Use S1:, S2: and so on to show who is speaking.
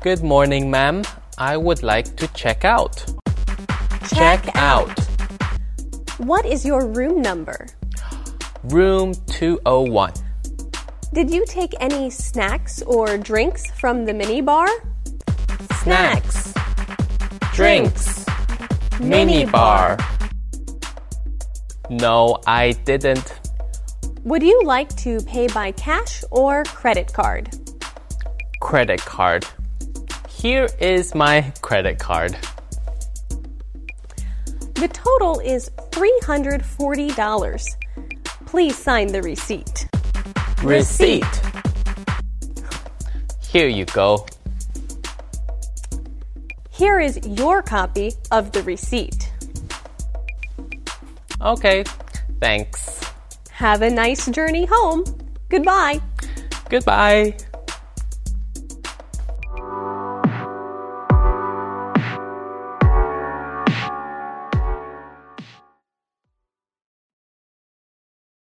S1: Good morning, ma'am. I would like to check out.
S2: Check
S1: out.
S2: What is your room number?
S1: Room 201.
S2: Did you take any snacks or drinks from the mini bar?
S1: Snacks. Drinks. Mini bar. No, I didn't.
S2: Would you like to pay by cash or credit card?
S1: Credit card. Here is my credit card.
S2: The total is $340. Please sign the receipt. Receipt.
S1: Here you go.
S2: Here is your copy of the receipt.
S1: Okay, thanks.
S2: Have a nice journey home. Goodbye.
S1: Goodbye.